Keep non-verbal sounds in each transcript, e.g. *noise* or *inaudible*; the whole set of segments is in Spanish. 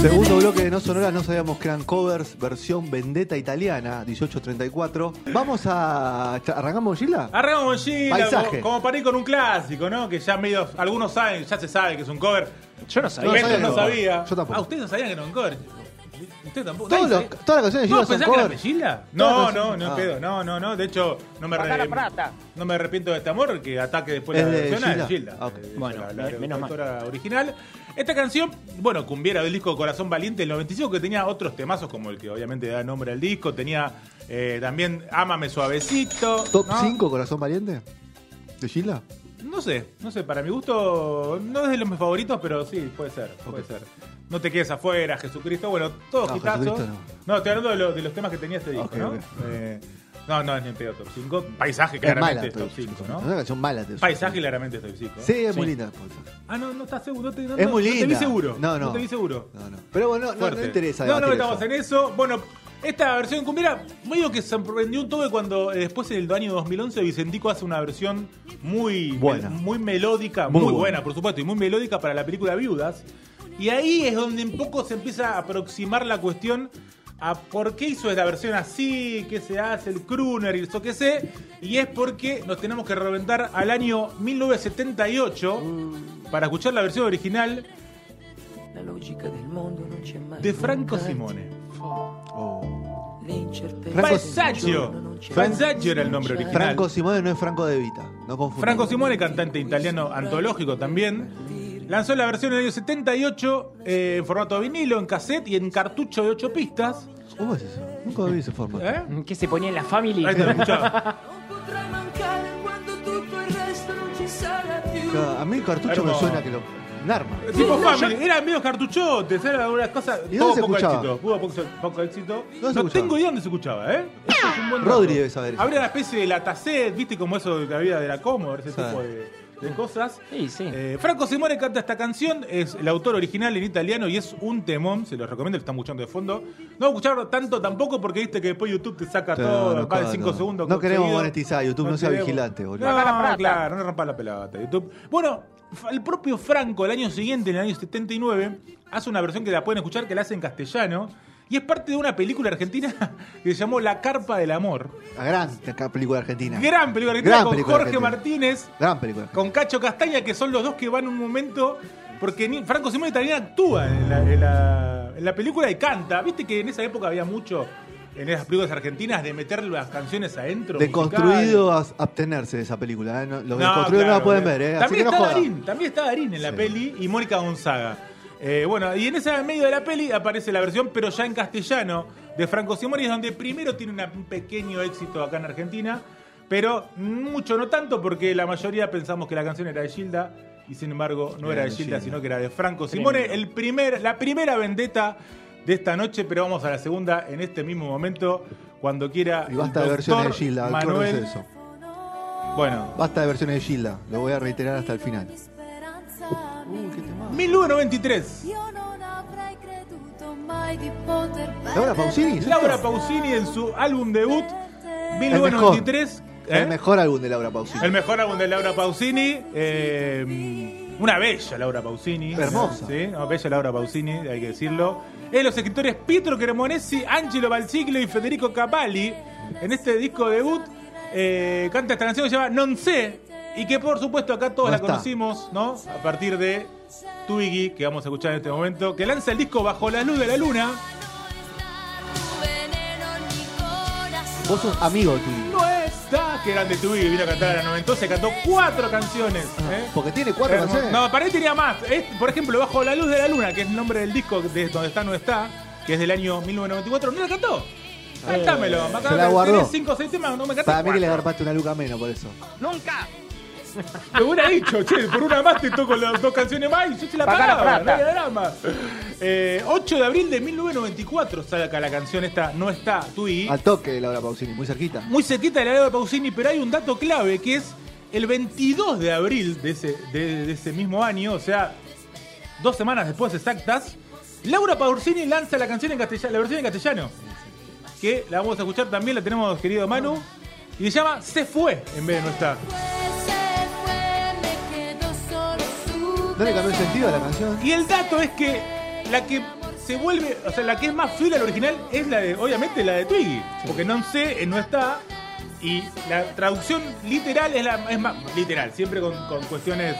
Segundo bloque de No Sonoras, no sabíamos que eran covers, versión vendetta italiana, 1834. Vamos a. ¿Arrancamos, Gila? Arrancamos con Gila, Paisaje. como, como para ir con un clásico, ¿no? Que ya medio, algunos saben, ya se sabe que es un cover. Yo no sabía. No, sabía Beto no que era un sabía. cover. Yo tampoco. Ah, ustedes no sabían que era un cover. Usted tampoco. Todos nadie los- sabía. todas las canciones de Gila ¿No son pensás que era cover. de Gila? Todas No, las no, canciones- no, Ah. pedo. No, no, no. De hecho, no me, Bacala re- Prata. no me arrepiento de este amor que ataque después Es la de versión Gilda. de Gilda. Ah, ok. Eh, Bueno, la, me- menos mal. autora original. Esta canción, bueno, cumbiera del disco Corazón Valiente del 95, que tenía otros temazos como el que obviamente da nombre al disco. Tenía eh, también Ámame Suavecito. ¿Top ¿no? 5 Corazón Valiente? ¿De Gila? No sé, no sé, para mi gusto no es de los mis favoritos, pero sí, puede ser, puede ser. No te quedes afuera, Jesucristo, bueno, todos No, hitazos. Jesucristo no. estoy hablando de, lo- de los temas que tenía este disco, Ok, ¿no? ok. Eh, no, no es ni en pedo top 5. Paisaje Es mala. claramente es, top 5, Es ¿no? una canción mala. te- Paisaje claramente es top 5. Sí, es muy Sí. linda. por favor. Ah, no, no estás seguro, no te, no, Es no- muy no linda. te vi seguro. No, no. te vi seguro. No, no. Pero bueno, no- no, no, Fuerte. interesa. No, no debatir estamos eso. en eso. Bueno, esta versión cumbiera medio que sorprendió un toque cuando eh, después en el año 2011 Vicentico hace una versión muy Buena. muy melódica, Muy muy, buena. buena. por supuesto, y muy melódica para la película Viudas. Y ahí es donde un poco se empieza a aproximar la cuestión a por qué hizo esta versión así, qué se hace, el crooner y eso que sé. Y es porque nos tenemos que reventar al año 1978 Mm. para escuchar la versión original La logica del mondo non c'è mai. de Franco Simone. Oh. L'incertezza. Franco- Fanzaccio. Fanzaccio era el nombre original. Franco Simone no es Franco De Vita. No confundas. Franco Simone, cantante italiano antológico también, lanzó la versión en el año 78 eh, en formato vinilo, en cassette y en cartucho de 8 pistas. ¿Cómo es eso? Nunca vi ese formato. ¿Eh? Que Mm, se ponía en la family. Ahí te lo escuchaba. Non potrai mancare quando tutto il resto non ci sarà più. Claro, A mí el cartucho me Hermoso. suena que lo. Un arma. Tipo family, era medio cartuchotes, era una cosa. ¿Y dónde Tuvo se poco escuchaba? éxito, hubo poco, poco éxito. se No escuchaba? tengo idea dónde se escuchaba, ¿eh? Eso es un buen Rodri dato. debe saber eso. Habría una especie de latacet, ¿viste? Como eso que había de la Commodore, ese Sí. tipo de, de cosas. Sí, sí. Eh, Franco Simone canta esta canción, es el autor original en italiano y es un temón, se los recomiendo, lo están escuchando de fondo. No escucharlo tanto tampoco porque viste que después YouTube te saca Sí, todo, no, acá de claro. 5 segundos. No queremos conseguido. monetizar, YouTube, no sea queremos. vigilante, boludo. No, Saca la plata. claro, no rompa la pelota, YouTube. Bueno, fa- el propio Franco, el año siguiente, en el año 79, hace una versión que la pueden escuchar, que la hace en castellano. Y es parte de una película argentina *laughs* que se llamó La Carpa del Amor. La gran ca- película argentina. Gran película argentina Ah. Gran con película Jorge argentina. Martínez Gran película. con Cacho Castaña, que son los dos que van un momento. Porque ni- Franco Simone también actúa en la, en la- en la película y canta. Viste que en esa época había mucho en esas películas argentinas de meter las canciones adentro. De construido musicales. a abstenerse de esa película. ¿eh? No- los de No, construido no claro, la pueden claro. ver. ¿eh? Así que También no está jodan. Darín, también está Darín en la Sí. peli y Mónica Gonzaga. Eh, bueno, y en ese medio de la peli aparece la versión, pero ya en castellano, de Franco Simone, y es donde primero tiene una- un pequeño éxito acá en Argentina, pero mucho no tanto, porque la mayoría pensamos que la canción era de Gilda, y sin embargo no era de Gilda, sino que era de Franco Simone. El primer, la primera vendetta de esta noche, pero vamos a la segunda en este mismo momento, cuando quiera. Y basta el de versiones de doctor Gilda. Manuel. acuérdense de eso. Bueno, Basta de versiones de Gilda. Lo voy a reiterar hasta el final. Uy, qué tema. 1993. Io non avrei creduto mai di poter Laura Pausini. ¿es Laura esto? Pausini en su álbum debut, El mejor. 1993. ¿eh? El mejor álbum de Laura Pausini. El mejor álbum de Laura Pausini. eh, una bella Laura Pausini. Hermosa. Sí, no, bella Laura Pausini, hay que decirlo. Eh, los escritores Pietro Cremonesi, Angelo Balsiclo y Federico Capalli. En este disco debut eh, canta esta canción que se llama Non sé. Y que por supuesto acá todos No la está. conocimos, ¿no? A partir de Twiggy, que vamos a escuchar en este momento, que lanza el disco Bajo la Luz de la Luna. Vos sos amigo de Twiggy. No está que grande Tubi vino a cantar a la 90, se cantó cuatro canciones. ¿eh? Porque tiene Ah. cuatro Hermoso. canciones. No, para mí tenía más. Es, por ejemplo, Bajo la Luz de la Luna, que es el nombre del disco de donde está no está, que es del año 1994, no la cantó. Cantámelo, me acabas Eh, la de guardó. decir cinco o seis temas, no me cantaste Para mí que le cuatro. agarpaste una luca menos por eso. Nunca. Me hubiera dicho, che, por una más te toco las dos canciones más y yo se la Pagá la pagaba, plata. no había drama. Eh, 8 de abril de 1994 saca la canción esta, No está tú y Al toque de Laura Pausini, muy cerquita. muy cerquita de la era de Pausini, pero hay un dato clave que es el 22 de abril de ese, de- de ese mismo año, o sea, dos semanas después exactas, Laura Pausini lanza la canción en castellano, la versión en castellano, que la vamos a escuchar también, la tenemos querido Manu, y se llama Se fue en vez de no está. Pues se fue, me quedo solo su ¿No le cambió el sentido a la canción? Y el dato es que la que se vuelve, o sea, la que es más fiel al original es la de, obviamente, la de Twiggy. Porque no sé, eh, no está. Y la traducción literal es la es más literal, siempre con, con cuestiones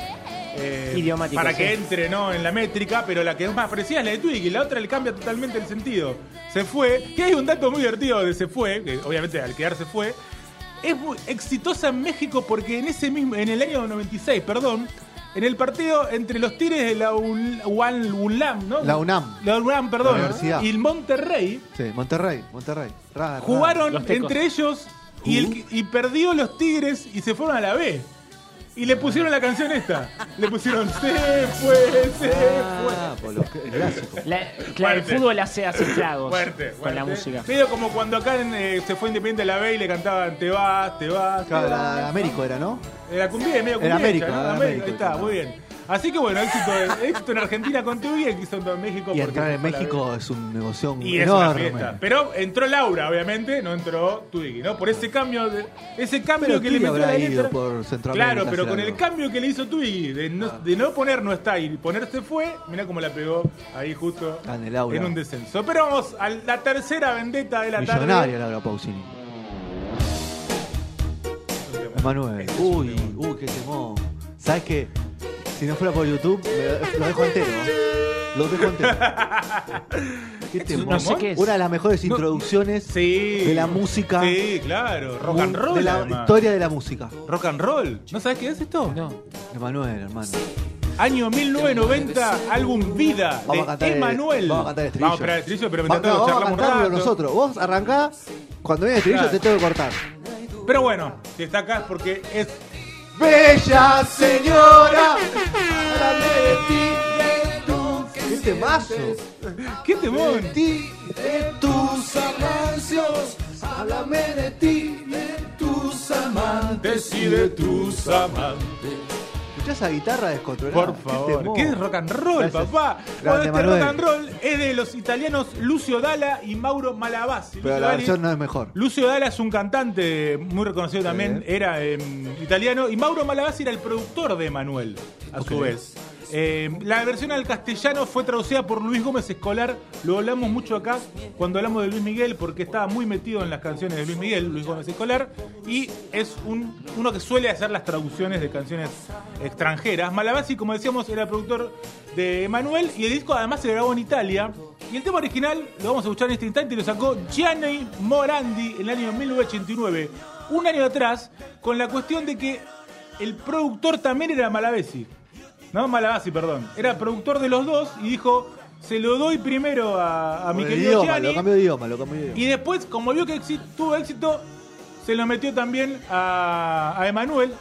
eh, Idiomáticas, para que sí. entre ¿no? en la métrica, pero la que es más parecida es la de Twiggy, la otra le cambia totalmente el sentido. Se fue, que hay un dato muy divertido de se fue, que obviamente al quedar se fue, es muy exitosa en México porque en ese mismo, en el año 96, perdón, en el partido entre los Tigres de la Un- Wan- UNLAM, ¿no? La UNAM. La UNAM, perdón. La universidad. Y el Monterrey Sí, Monterrey, Monterrey. Ra, ra. jugaron Ah, Los tecos. entre ellos y, Uh. el que- y perdió los Tigres y se fueron a la B. Y le pusieron la canción esta. Le pusieron se fue, se Ah, fue. por lo que- el clásico. La- claro, el Fuerte. fútbol hace, hace tragos Fuerte, con la fuerte. música. Medio como cuando acá en, eh, se fue Independiente de la B y le cantaban te vas, te vas. te Claro, vas". la, la Américo era, ¿no? Era cumbia, medio Era cumbia. América, ¿no? era América, ahí América, está, claro. muy bien. Así que bueno, éxito, en- éxito en Argentina con tu bien que hizo en todo México. Y porque entrar en fue la México es un negocio Y es una enorme. fiesta. Pero entró Laura, obviamente, no entró Twiggy, ¿no? Por ese cambio, de- ese cambio Pero que Twiggy le metió habrá la ido letra. por Centroamérica claro, pero a hacer con el algo. cambio que le hizo Twiggy de no, de no poner no está y ponerse fue, mirá cómo la pegó ahí justo Grande Ah, Laura. en un descenso. Pero vamos a la tercera vendetta de la Millonaria Laura Pausini. tarde. Manuel. Uy, uy, qué temor. ¿Sabes qué? Si no fuera por YouTube, me- lo dejo entero. Lo dejo *laughs* entero. Qué un temor. No sé qué es. Una de las mejores No, introducciones Sí. de la música. Sí, claro. Rock and mu- roll. De la además. historia de la música. Rock and roll. ¿No sabes qué es esto? No. Emanuel, hermano. Año 1990, álbum Vida Vamos a cantar de el- Emanuel. vamos a cantar el estribillo. Vamos a esperar el estribillo, pero mientras Va- no, tanto vamos a charlamos un cantarlo rato. nosotros. Vos arrancá, cuando viene el estribillo Claro. te tengo que cortar. Pero bueno, si está acá es porque es Bella señora, háblame de ti, de tu- Qué temazo. ¡Qué temón! ti, de tus amantes, háblame de ti, de tus amantes Decide tus amantes. Escuchá esa guitarra descontrolada. Por Qué favor, temor. qué es rock and roll, Gracias. papá. Grande, Bueno, este Manuel. rock and roll es de los italianos Lucio Dalla y Mauro Malavasi. Lucio Pero la Dalla- versión no es mejor. Lucio Dalla es un cantante muy reconocido también, era eh, italiano, y Mauro Malavasi era el productor de Emanuel, a su Ok. vez. Eh, la versión al castellano fue traducida por Luis Gómez Escolar, lo hablamos mucho acá cuando hablamos de Luis Miguel, porque estaba muy metido en las canciones de Luis Miguel, Luis Gómez Escolar, y es un, uno que suele hacer las traducciones de canciones extranjeras. Malavasi, como decíamos, era productor de Emanuel, y el disco además se grabó en Italia. Y el tema original lo vamos a escuchar en este instante y lo sacó Gianni Morandi en el año 1989, un año atrás, con la cuestión de que el productor también era Malavesi. No, Malavasi, perdón. Era productor de los dos y dijo, se lo doy primero a, a mi El querido idioma, lo Gianni. cambio de idioma, lo cambio de idioma. Y después, como vio que exi- tuvo éxito, se lo metió también a, a Emanuel.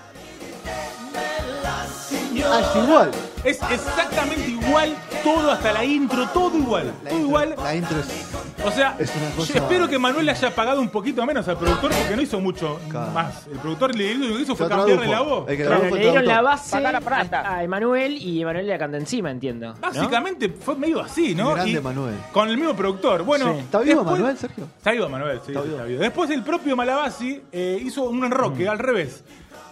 Ah, es igual. Es exactamente igual todo, hasta la intro, todo igual. La todo intro- igual. La intro es. O sea, Es una cosa- yo espero que Manuel le haya pagado un poquito menos al productor porque no hizo mucho Claro. más. El productor le lo que hizo fue Lo cambiarle tradujo. la voz. El que Claro, tradujo le el dieron traductor. la base Pagá la plata. a a Emanuel y Emanuel le canta encima, entiendo. ¿no? Básicamente fue medio así, ¿no? Grande Manuel. Con el mismo productor. Bueno, Sí. ¿Está vivo después- Manuel, Sergio? Está vivo Manuel, sí, Está sí, vivo. Mm. está vivo. Después el propio Malavasi eh, hizo un enroque, al revés.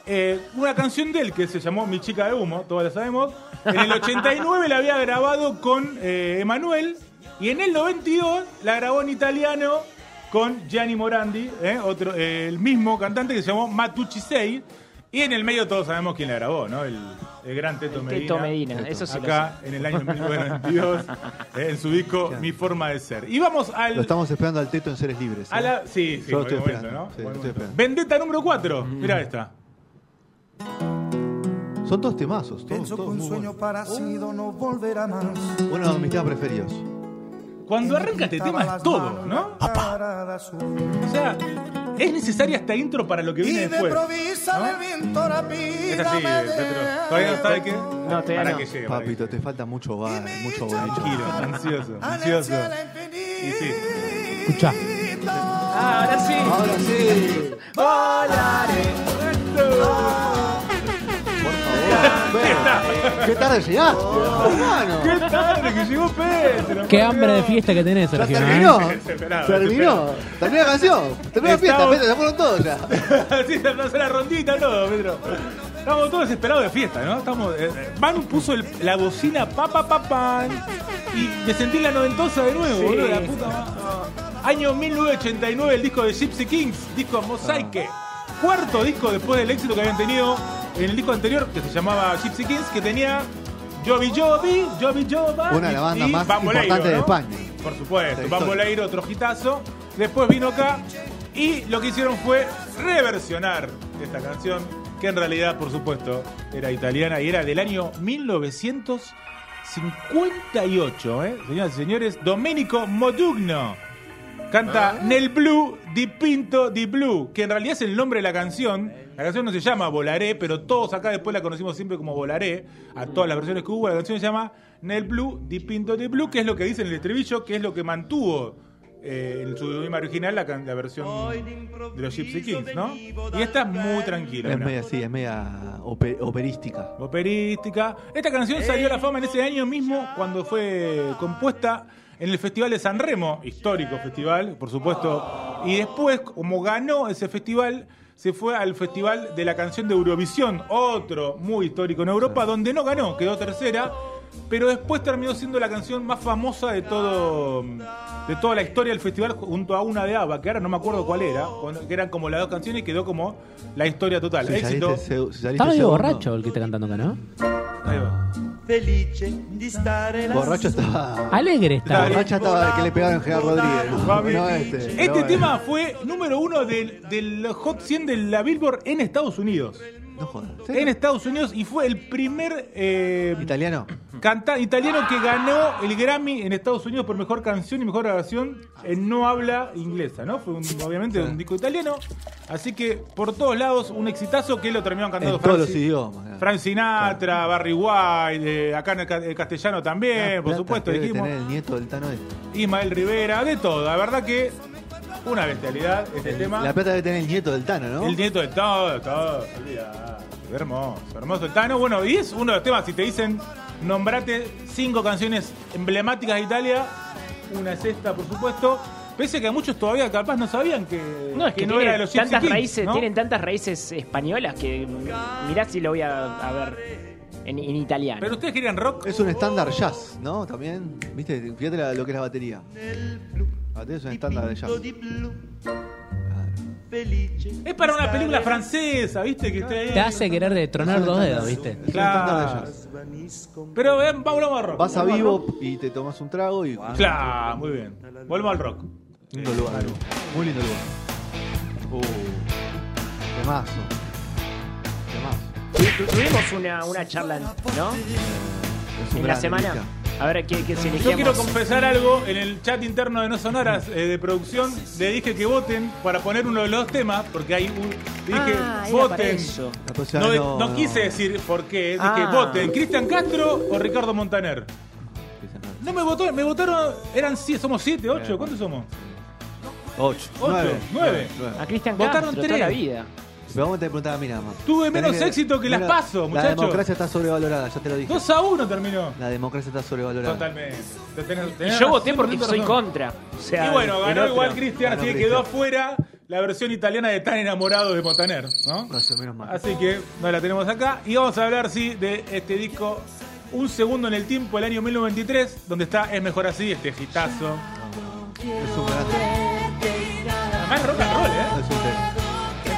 Eh, una canción de él que se llamó Mi chica de humo, todos la sabemos. En *laughs* el 89 la había grabado con eh, Emanuel y en el 92 la grabó en italiano con Gianni Morandi, eh, otro, eh, el mismo cantante que se llamó Matucci 6. Y en el medio todos sabemos quién la grabó, ¿no? El, el gran Teto Medina. Teto Medina, eso sí lo Acá en el año *laughs* 1992, eh, en su disco Mi forma de ser. Y vamos al Lo estamos esperando al teto en seres libres. a ¿eh? la- sí, sí, Yo lo buen estoy momento, esperando, ¿no? sí, lo Buen estoy momento. esperando. Mm. Vendetta número 4. Mirá esta. Son dos temazos. Todos, Penso todos que un muy sueño buenos. parecido no volverá más. Uno de mis temas preferidos. Cuando arranca este tema es todo, ¿no? O sea, es necesaria esta intro para lo que Y viene de después. improviso ¿no? el viento Es rápida así, me Petro. deja. ¿Todavía no sabe qué? No, todavía para no. que llegue. para que Papito, te falta mucho bar, mucho boliche. Tranquilo, ansioso, ansioso. Anhencia la infinita. Y sí. Escuchá. Ahora sí. Ahora sí, Pedro, qué tarde llegaste, Oh. hermano. ¡Qué tarde que llegó Pedro! Qué hambre de fiesta que tenés, Ya Sergio. terminó, ¿eh? *laughs* Desesperado, terminó, terminó la canción, terminó la fiesta, Estamos- Pedro, se fueron todos ya. *laughs* Así se hace la rondita, todo, Pedro. Estamos todos desesperados de fiesta, ¿no? Estamos, eh, eh, Manu puso el- la bocina pa pa pa pan y me sentí en la noventosa de nuevo, boludo, la puta madre. Año 1989, el disco de Gypsy Kings, disco Mosaic. Cuarto disco después del éxito que habían tenido en el disco anterior, que se llamaba Gypsy Kings, que tenía Jovi Jovi, Jovi Jova. Una de las bandas más importantes de España. Por La supuesto, historia. Bamboleiro, otro hitazo. Después vino acá y lo que hicieron fue reversionar esta canción, que en realidad, por supuesto, era italiana y era del año 1958, ¿eh? Señoras y señores, Domenico Modugno canta Nel Blue di Pinto di Blue, que en realidad es el nombre de la canción. La canción no se llama Volaré, pero todos acá después la conocimos siempre como Volaré. A todas las versiones que hubo, la canción se llama Nel Blue di Pinto di Blue, que es lo que dice en el estribillo, que es lo que mantuvo eh, en su idioma original la, can- la versión de los Gypsy Kings, ¿no? Y esta es muy tranquila. Es mirá. media así, es media ope- operística. operística. Esta canción salió a la fama en ese año mismo cuando fue compuesta en el Festival de San Remo, histórico festival, por supuesto. Y después, como ganó ese festival, se fue al Festival de la Canción de Eurovisión, otro muy histórico en Europa, donde no ganó, quedó tercera. Pero después terminó siendo la canción más famosa de todo de toda la historia del festival junto a una de ABBA, que ahora no me acuerdo cuál era, que eran como las dos canciones y quedó como la historia total. Si Éxito. saliste, seu- si saliste Está medio segundo- borracho el que está cantando acá, ¿no? Ahí va. Felice di stare Borracho estaba. Alegre está. Borracho estaba el que le pegaron a Gerardo Fabi. Rodríguez. No este. este no este. tema fue número uno del, del Hot 100 de la Billboard en Estados Unidos. No jodas. ¿sí? En Estados Unidos y fue el primer eh, Italiano. canta- italiano que ganó el Grammy en Estados Unidos por mejor canción y mejor grabación en no habla inglesa, ¿no? Fue un- obviamente un disco italiano. Así que por todos lados un exitazo que lo terminaron cantando En todos los Francis- idiomas. Frank Sinatra, Barry White, eh, acá en el ca- el castellano también, Eh, por supuesto, Debe dijimos. tener el nieto del Tano este. Ismael Rivera, de todo. La verdad que una bestialidad este tema. La plata debe tener el nieto del Tano, ¿no? El nieto de todo, todo. olvidá. Hermoso, hermoso el Tano. Bueno, y es uno de los temas, si te dicen, nombrate cinco canciones emblemáticas de Italia, una es esta, por supuesto. Pese que muchos todavía capaz no sabían que No, es que, era de tiene los Gypsy tantas Kings, raíces, ¿no? tienen tantas raíces españolas que mm, mirá si lo voy a, a ver en, en italiano. Pero ustedes querían rock. Es un estándar jazz, ¿no? También. Viste, fíjate la- lo que es la batería. La batería es un estándar de jazz. Es para una película francesa, ¿viste? Que esté ahí. Te hace querer de tronar dos dedos, ¿viste? Es un estándar de Claro. jazz. Pero eh, vamos al rock. Vas a vivo y te tomas un trago y. Claro, muy bien. Volvemos al rock. Lindo lugar. Muy lindo lugar. Uh. Temazo. Temazo. Tu- Tuvimos una, una charla, ¿no? Es un En la grande, semana. Cristian. A ver qué, qué se Yo quiero elegíamos. confesar algo en el chat interno de No Sonoras eh, de producción. Le dije que voten para poner uno de los temas, porque hay un. le Dije, Ah, era para voten. eso. La próxima No, vez no quise decir por qué. Dije, Ah. voten, ¿Cristian Castro o Ricardo Montaner? No me votó, me votaron. Eran sí, somos siete, ocho, ¿cuántos somos? Ocho. Ocho, Nueve. nueve. A Cristian Votaron Castro tres. toda la vida. Pero vamos a tener que preguntar a mí nada más. Tuve Tenés menos éxito que las Mira, PASO, La muchachos. democracia está sobrevalorada, ya te lo dije. Dos a uno terminó. La democracia está sobrevalorada. Totalmente. Te tenés- Y tenés yo voté razón, porque tenés soy razón. contra. O sea, Y bueno, el ganó otro. igual Cristian, Ganó así que quedó Cristian. afuera la versión italiana de Tan enamorado de Montaner, ¿no? No sé, menos mal. Así que no la tenemos acá. Y vamos a hablar, sí, de este disco Un Segundo en el Tiempo, el año 1993, donde está Es Mejor Así, este hitazo. Es un gran- Además, rock and roll, es ¿eh? un tema.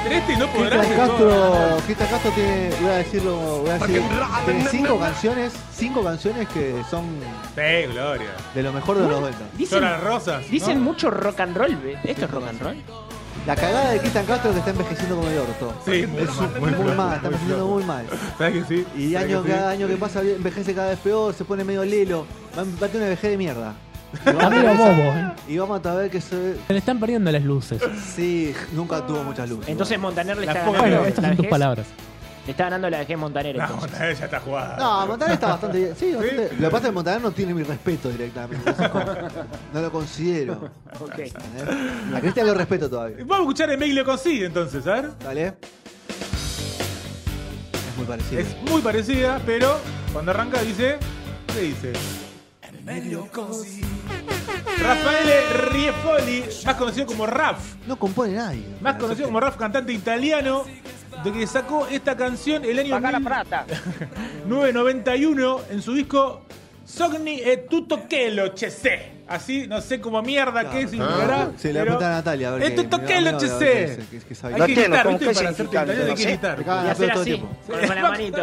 Entre este y No Podrás. Cristian es todo. Castro, Cristian Castro tiene, voy a decirlo, voy a decir, tiene cinco canciones, cinco canciones que son Sí, Gloria. de lo mejor de los 90. Dicen, Lloran rosas. ¿no? dicen mucho rock and roll. ¿ve? ¿Esto es rock and roll? La cagada de Cristian Castro que está envejeciendo como el orto. Sí, muy es mal, un- muy muy, mal, mal, muy está envejeciendo flojo. muy mal. ¿Sabes que sí? Y ¿Sabes año, que sí? cada año que pasa envejece cada vez peor, se pone medio lelo, va, va a tener una vejez de mierda. Camilo Bobo, ¿eh? Y vamos a ver que se. Se le están perdiendo las luces. Sí, nunca tuvo muchas luces. Entonces Montaner le La está poca- ganando Bueno, la Estas son tus vejez. palabras. Le está ganando la vejez Montaner No, entonces. Montaner ya está jugada. No, Montaner está bastante bien. Sí, bastante. Lo que pasa es que Montaner no tiene mi respeto directamente. Eso es como- No lo considero. Ok. ¿eh? A Cristian lo respeto todavía. Vamos a escuchar el mail y lo consigue entonces, a ver. ¿Vale? Es muy parecido. Es muy parecida, pero cuando arranca dice. ¿Qué dice? Raffaele Riefoli, más conocido como Raf. No compone nadie. Más conocido como Raf, cantante italiano, de que sacó esta canción el año Acá la 1000 plata. 991 en su disco Sogni e tutto che lo c'è se. Así, no sé cómo mierda que significará. Ah, Sí, le pero- apunta a Natalia, a ver E qué- tutto che lo no, c'è no, se. que- que- que sabía. Hay Natalia, que gritar, ¿con ¿viste? qué Para hacerte significa? italiano No hay que sé. Me gritar. cagan Y a pedo hacer todo el así, tiempo. con la manito.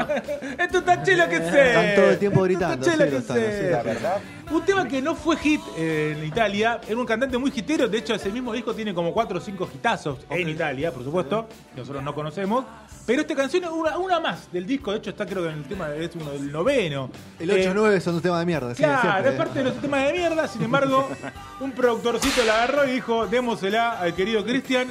*laughs* Es tutto che lo che se. Están todo el tiempo gritando, Tutto che lo sí, che lo saben, se. sí, lo saben. ¿Verdad? Un tema que no fue hit eh, en Italia, era un cantante muy hitero, de hecho ese mismo disco tiene como 4 o 5 hitazos en Italia, por supuesto, que nosotros no conocemos, pero esta canción es una, una más del disco, de hecho está creo que en el tema, es uno del noveno. El Eh, 8-9 son un tema de mierda. sí, Claro, siempre, es ¿eh? parte de los temas de mierda, sin *laughs* embargo, un productorcito la agarró y dijo, démosela al querido Cristian,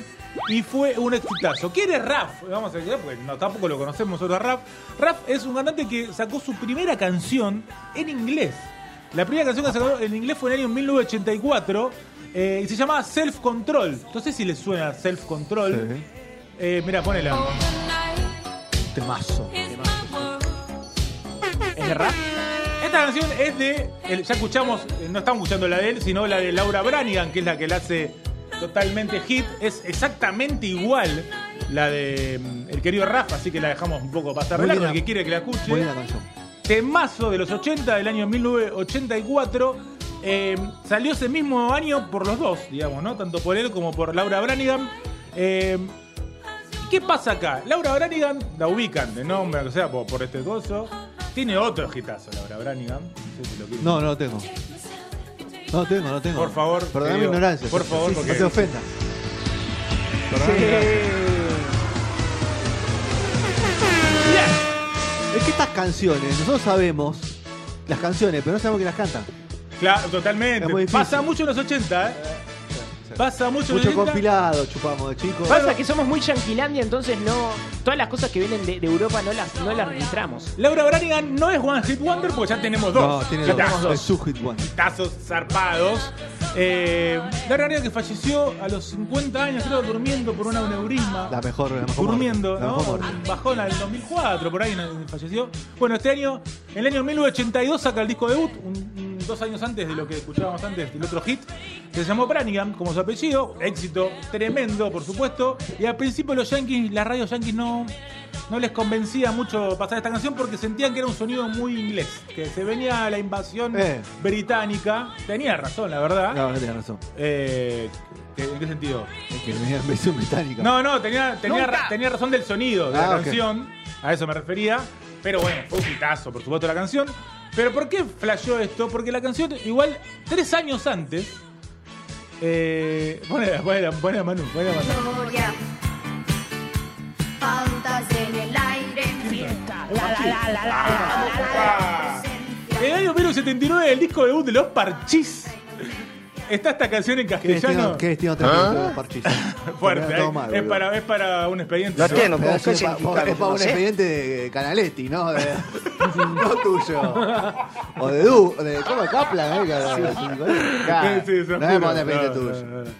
y fue un exitazo. ¿Quién es Raf? Vamos a decir, pues no, tampoco lo conocemos nosotros a Raf. Raf es un cantante que sacó su primera canción en inglés. La primera canción que sacó en inglés fue en el año 1984, eh, y se llamaba Self Control. No sé si les suena Self Control. Sí. Eh, mira, ponela. Temazo. ¿Es de rap? Esta canción es de. el- ya escuchamos, eh, no estamos escuchando la de él, sino la de Laura Branigan, que es la que la hace totalmente hit. Es exactamente igual la de mm, el querido Rafa, así que la dejamos un poco pasar de Muy largo. El linda. que quiere que la escuche. Muy linda canción. Temazo de los 80, del año 1984. Eh, salió ese mismo año por los dos, digamos, ¿no? Tanto por él como por Laura Branigan. Eh, ¿Qué pasa acá? Laura Branigan la ubican de nombre, o sea, por, por este gozo. Tiene otro hitazo, Laura Branigan. No, sé si lo quieren. No, no lo tengo. No lo tengo, no lo tengo. Por favor, Perdóname mi querido. ignorancia. Por favor, No porque- te ofendas. Perdóname, Es que estas canciones, nosotros sabemos las canciones, pero no sabemos quién las canta. Claro, totalmente. Es muy difícil. Pasa mucho en los 80, ¿eh? Pasa mucho, en Mucho los 80. compilado chupamos de chicos. Pasa que somos muy yanquilandia, entonces no. Todas las cosas que vienen de, de Europa no las, no las registramos. Laura Branigan no es One Hit Wonder porque ya tenemos dos. No, tiene ya dos. tenemos Es su hit one. tazos zarpados. Eh, Laura Branigan que falleció a los 50 años, creo, durmiendo por un aneurisma. La mejor, la mejor durmiendo, muerte. La ¿no? mejor muerte. Bajona del 2004, por ahí na- falleció. Bueno, este año, en el año 1982 saca el disco debut, un- un- dos años antes de lo que escuchábamos antes, del otro hit, que se llamó Brannigan, como su apellido, éxito tremendo, por supuesto, y al principio los yankees, las radios yankees no... No les convencía mucho pasar esta canción porque sentían que era un sonido muy inglés, que se venía la invasión Eh. británica. Tenía razón, la verdad. No, no tenía razón. Eh, ¿En qué sentido? Es que venía en versión británica. No, no, tenía, tenía, ra- tenía razón del sonido de la Ah, ok. canción. A eso me refería. Pero bueno, fue un hitazo, por supuesto, la canción. Pero ¿por qué flasheó esto? Porque la canción, igual, tres años antes. Eh, buena, buena, buena Manu, buena Manu. Gloria, Faltas en el aire, fiesta, la la la la la la En el año 1979, el disco debut de Los Parchís. Está esta canción en ¿Qué destino, castellano. ¿Qué destino trajo los parchís? ¿Ah? *laughs* Fuerte, Todo eh. mal, es, boludo. para, es para un expediente. No ¿no? tiene, Pero ¿cómo eso qué es pa- significa? es para No un sé. expediente de Canaletti, ¿no? De- *laughs* no tuyo. O de Du, de ¿cómo de Kaplan, ¿eh? Claro, Sí, claro. sí, son no es para un puros, expediente no, tuyo. no, no.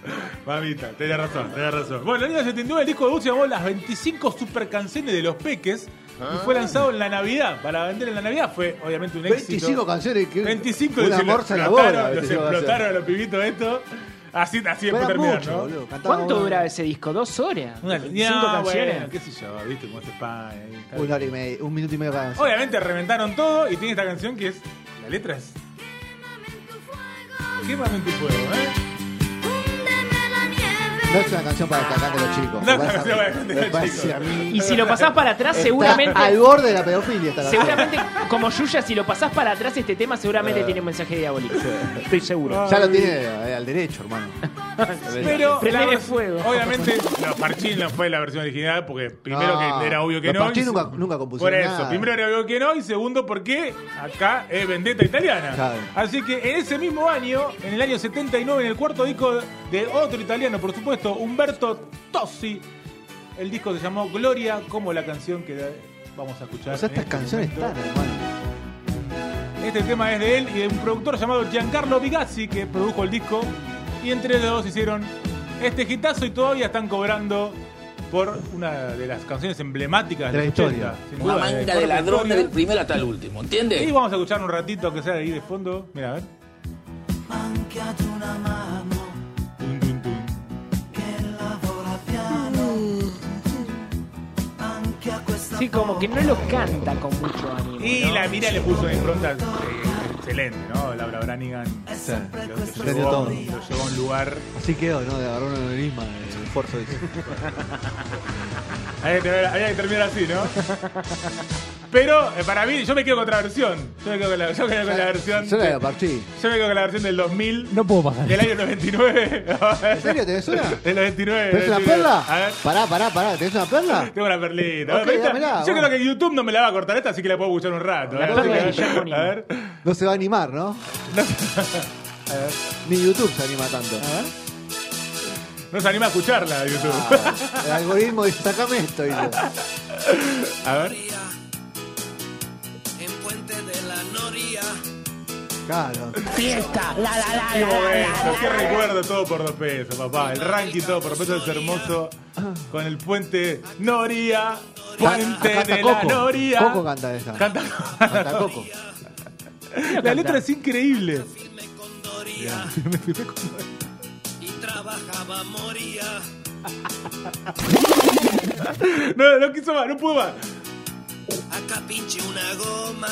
Mamita, tenés razón, tenés razón. Bueno, en el año 79 el disco debut se llamó Las 25 Super Canciones de los Peques y Ah. fue lanzado en la Navidad. Para vender en la Navidad fue obviamente un éxito. 25 canciones que 25 una se lo morsa en la explotaron, bola. los 25 explotaron canciones. a los pibitos esto. Así, así Pero después era terminar, mucho, ¿no? boludo. Cantaba ¿Cuánto una- duraba ese disco? ¿Dos horas? Una, ¿Cinco no, bueno, canciones? qué sé yo, viste cómo se paga. ahí, está bien. Una hora y media, un minuto y medio cada canción. Obviamente reventaron todo y tiene esta canción que es. La letra es. Quémame en tu fuego, ¿eh? Húndeme la nieve No es una canción para cantar con los chicos. No es Me una parece a canción mí, para cantar con me los parece chicos. a mí. Y si lo pasás para atrás, Está seguramente. al borde de la pedofilia está la Seguramente, como Yuya, si lo pasás para atrás este tema, seguramente tiene un mensaje diabólico. Estoy seguro. Ya lo tiene eh, al *laughs* derecho, hermano. Pero Prendele la vers- fuego. obviamente, no, Parchín no fue la versión original porque primero No, que era obvio que los no. Parchín y se- nunca- nunca compusieron Por eso, nada. primero era obvio que no y segundo porque acá es vendetta italiana. Claro. Así que en ese mismo año, en el año 79, en el cuarto disco de otro italiano, por supuesto, Humberto Tossi, el disco se llamó Gloria, como la canción que vamos a escuchar. O sea, en estas este canciones momento. están, hermano. Este tema es de él y de un productor llamado Giancarlo Bigazzi que produjo el disco. Y entre los dos hicieron este hitazo y todavía están cobrando por una de las canciones emblemáticas De la los historia. 80, sin Una duda, manga por de la ladrones historia. del primero hasta el último, Y ¿entiendes? vamos a escuchar un ratito que sea ahí de fondo. Mira, a ver. Mancate una mano Tun, tun, tun. che lavora piano. Anche a questa Sí, como que no lo canta con mucho ánimo. Y ¿no? la mira le puso una impronta eh, excelente, ¿no? Laura Branigan sempre lo, lo questo Desde llevó, a todo. un- lo llevó a un lugar. Así quedó, ¿no? De agarrar un aneurisma, el esfuerzo ese. *laughs* Había que, terminar, había que terminar así, ¿no? Pero eh, para mí, yo me quedo con otra versión. Yo me quedo con la, yo me quedo con la versión. Yo la de- Eh, veo partir. Yo me quedo con la versión del 2000, No puedo pasar. del año 99. ¿En serio? ¿Tenés una? *laughs* Del 99. ¿Tenés 99. A una ver, perla? Pará, pará, pará. ¿Tenés una perla? tengo una perlita. Ok, A ver, esta- dámela, yo vamos. creo que YouTube no me la va a cortar esta, así que la puedo escuchar un rato. La ¿eh? perla de Así que- Guillermo Nino. A ver. No se va a animar, ¿no? *laughs* Ni YouTube se anima tanto. No se anima a escucharla, YouTube. Ah, el algoritmo dice, sacame esto. dice. A ver. Claro. Fiesta, la la la Qué la momento, la qué recuerdo, todo por dos pesos, papá. El ranking todo por dos pesos es hermoso. Con el puente Noria, puente Acá está de la Coco. Noria. Coco canta esta. Canta- Canta Coco. La letra es increíble. No, no quiso más, no pudo más. Acá pinche una goma.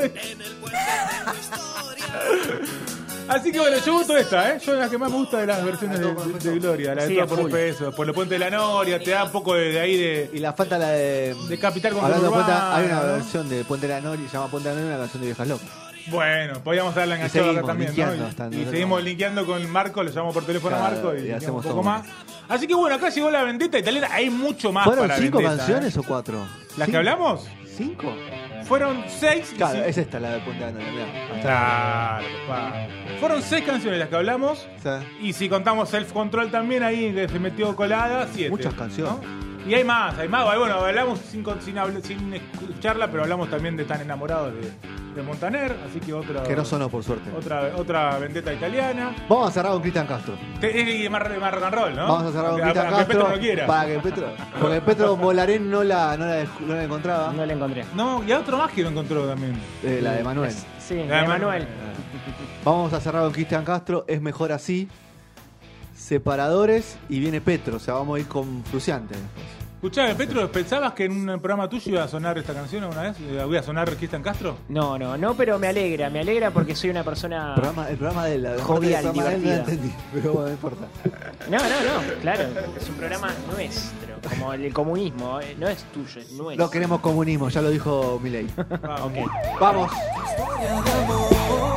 en el puente de tu historia. Así que bueno, yo voto esta, ¿eh? Yo es la que más me gusta de las versiones de, de- de Gloria, la de Sí, todo a por dos full. pesos, por el puente de la Noria, te da un poco de, de ahí Y de, la falta la de. de capital con Hablando de Urbano, cuenta, hay una ¿no? versión de Puente de la Nori, se llama Puente de la Nori, una canción de Viejas Locas. Bueno, podíamos darle Y enganchada acá seguimos también, linkeando ¿no? Y- hasta- Y, seguimos linkeando con Marco, lo llamamos por teléfono a Claro, Marco y, y linkeamos hacemos un poco todo. más. Así que bueno, acá llegó la vendetta italiana, hay mucho más ¿Fueron Ah, para cinco vendetta, canciones ¿eh? o cuatro? ¿Las que Cinco. hablamos? ¿Cinco? Fueron seis. y Claro, sí- es esta la de Puente de la Nori, mirá. Claro, papá. Fueron seis canciones las que hablamos. O sea, Y si contamos Self Control también, ahí que se metió colada, siete. Muchas canciones. ¿no? Y hay más, hay más. Bueno, hablamos sin, con- sin, habl- sin escucharla, pero hablamos también de Tan Enamorados de, de Montaner, así que otra... que no sonó, por suerte. Otra, otra vendetta italiana. Vamos a cerrar con Cristian Castro. Te- Es de más, de más rock and roll, ¿no? Vamos a cerrar con Aunque- Cristian aunque Castro. Petro no quiera. Para que Petro. Porque *laughs* Petro Molarén no la, no la, descu- no la encontraba. No la encontré. No, y a otro más que lo encontró también. Eh, la de Manuel. Sí, la de Manuel. Vamos a cerrar con Cristian Castro. Es mejor así. Separadores y viene Petro. O sea, vamos a ir con Fruciante. Escuchame, Petro, ¿pensabas que en un programa tuyo iba a sonar esta canción alguna vez? Eh, ¿Iba a sonar Cristian Castro? No, no, no, pero me alegra, me alegra porque soy una persona. Programa- el programa de la Jovial, el programa de él no divertida. entendí, pero bueno, no importa. No, no, no, claro, es un programa nuestro, como el comunismo, eh, no es tuyo, es nuestro. No queremos comunismo, ya lo dijo Milei. Ah, Ok. Vamos. Historia de amor.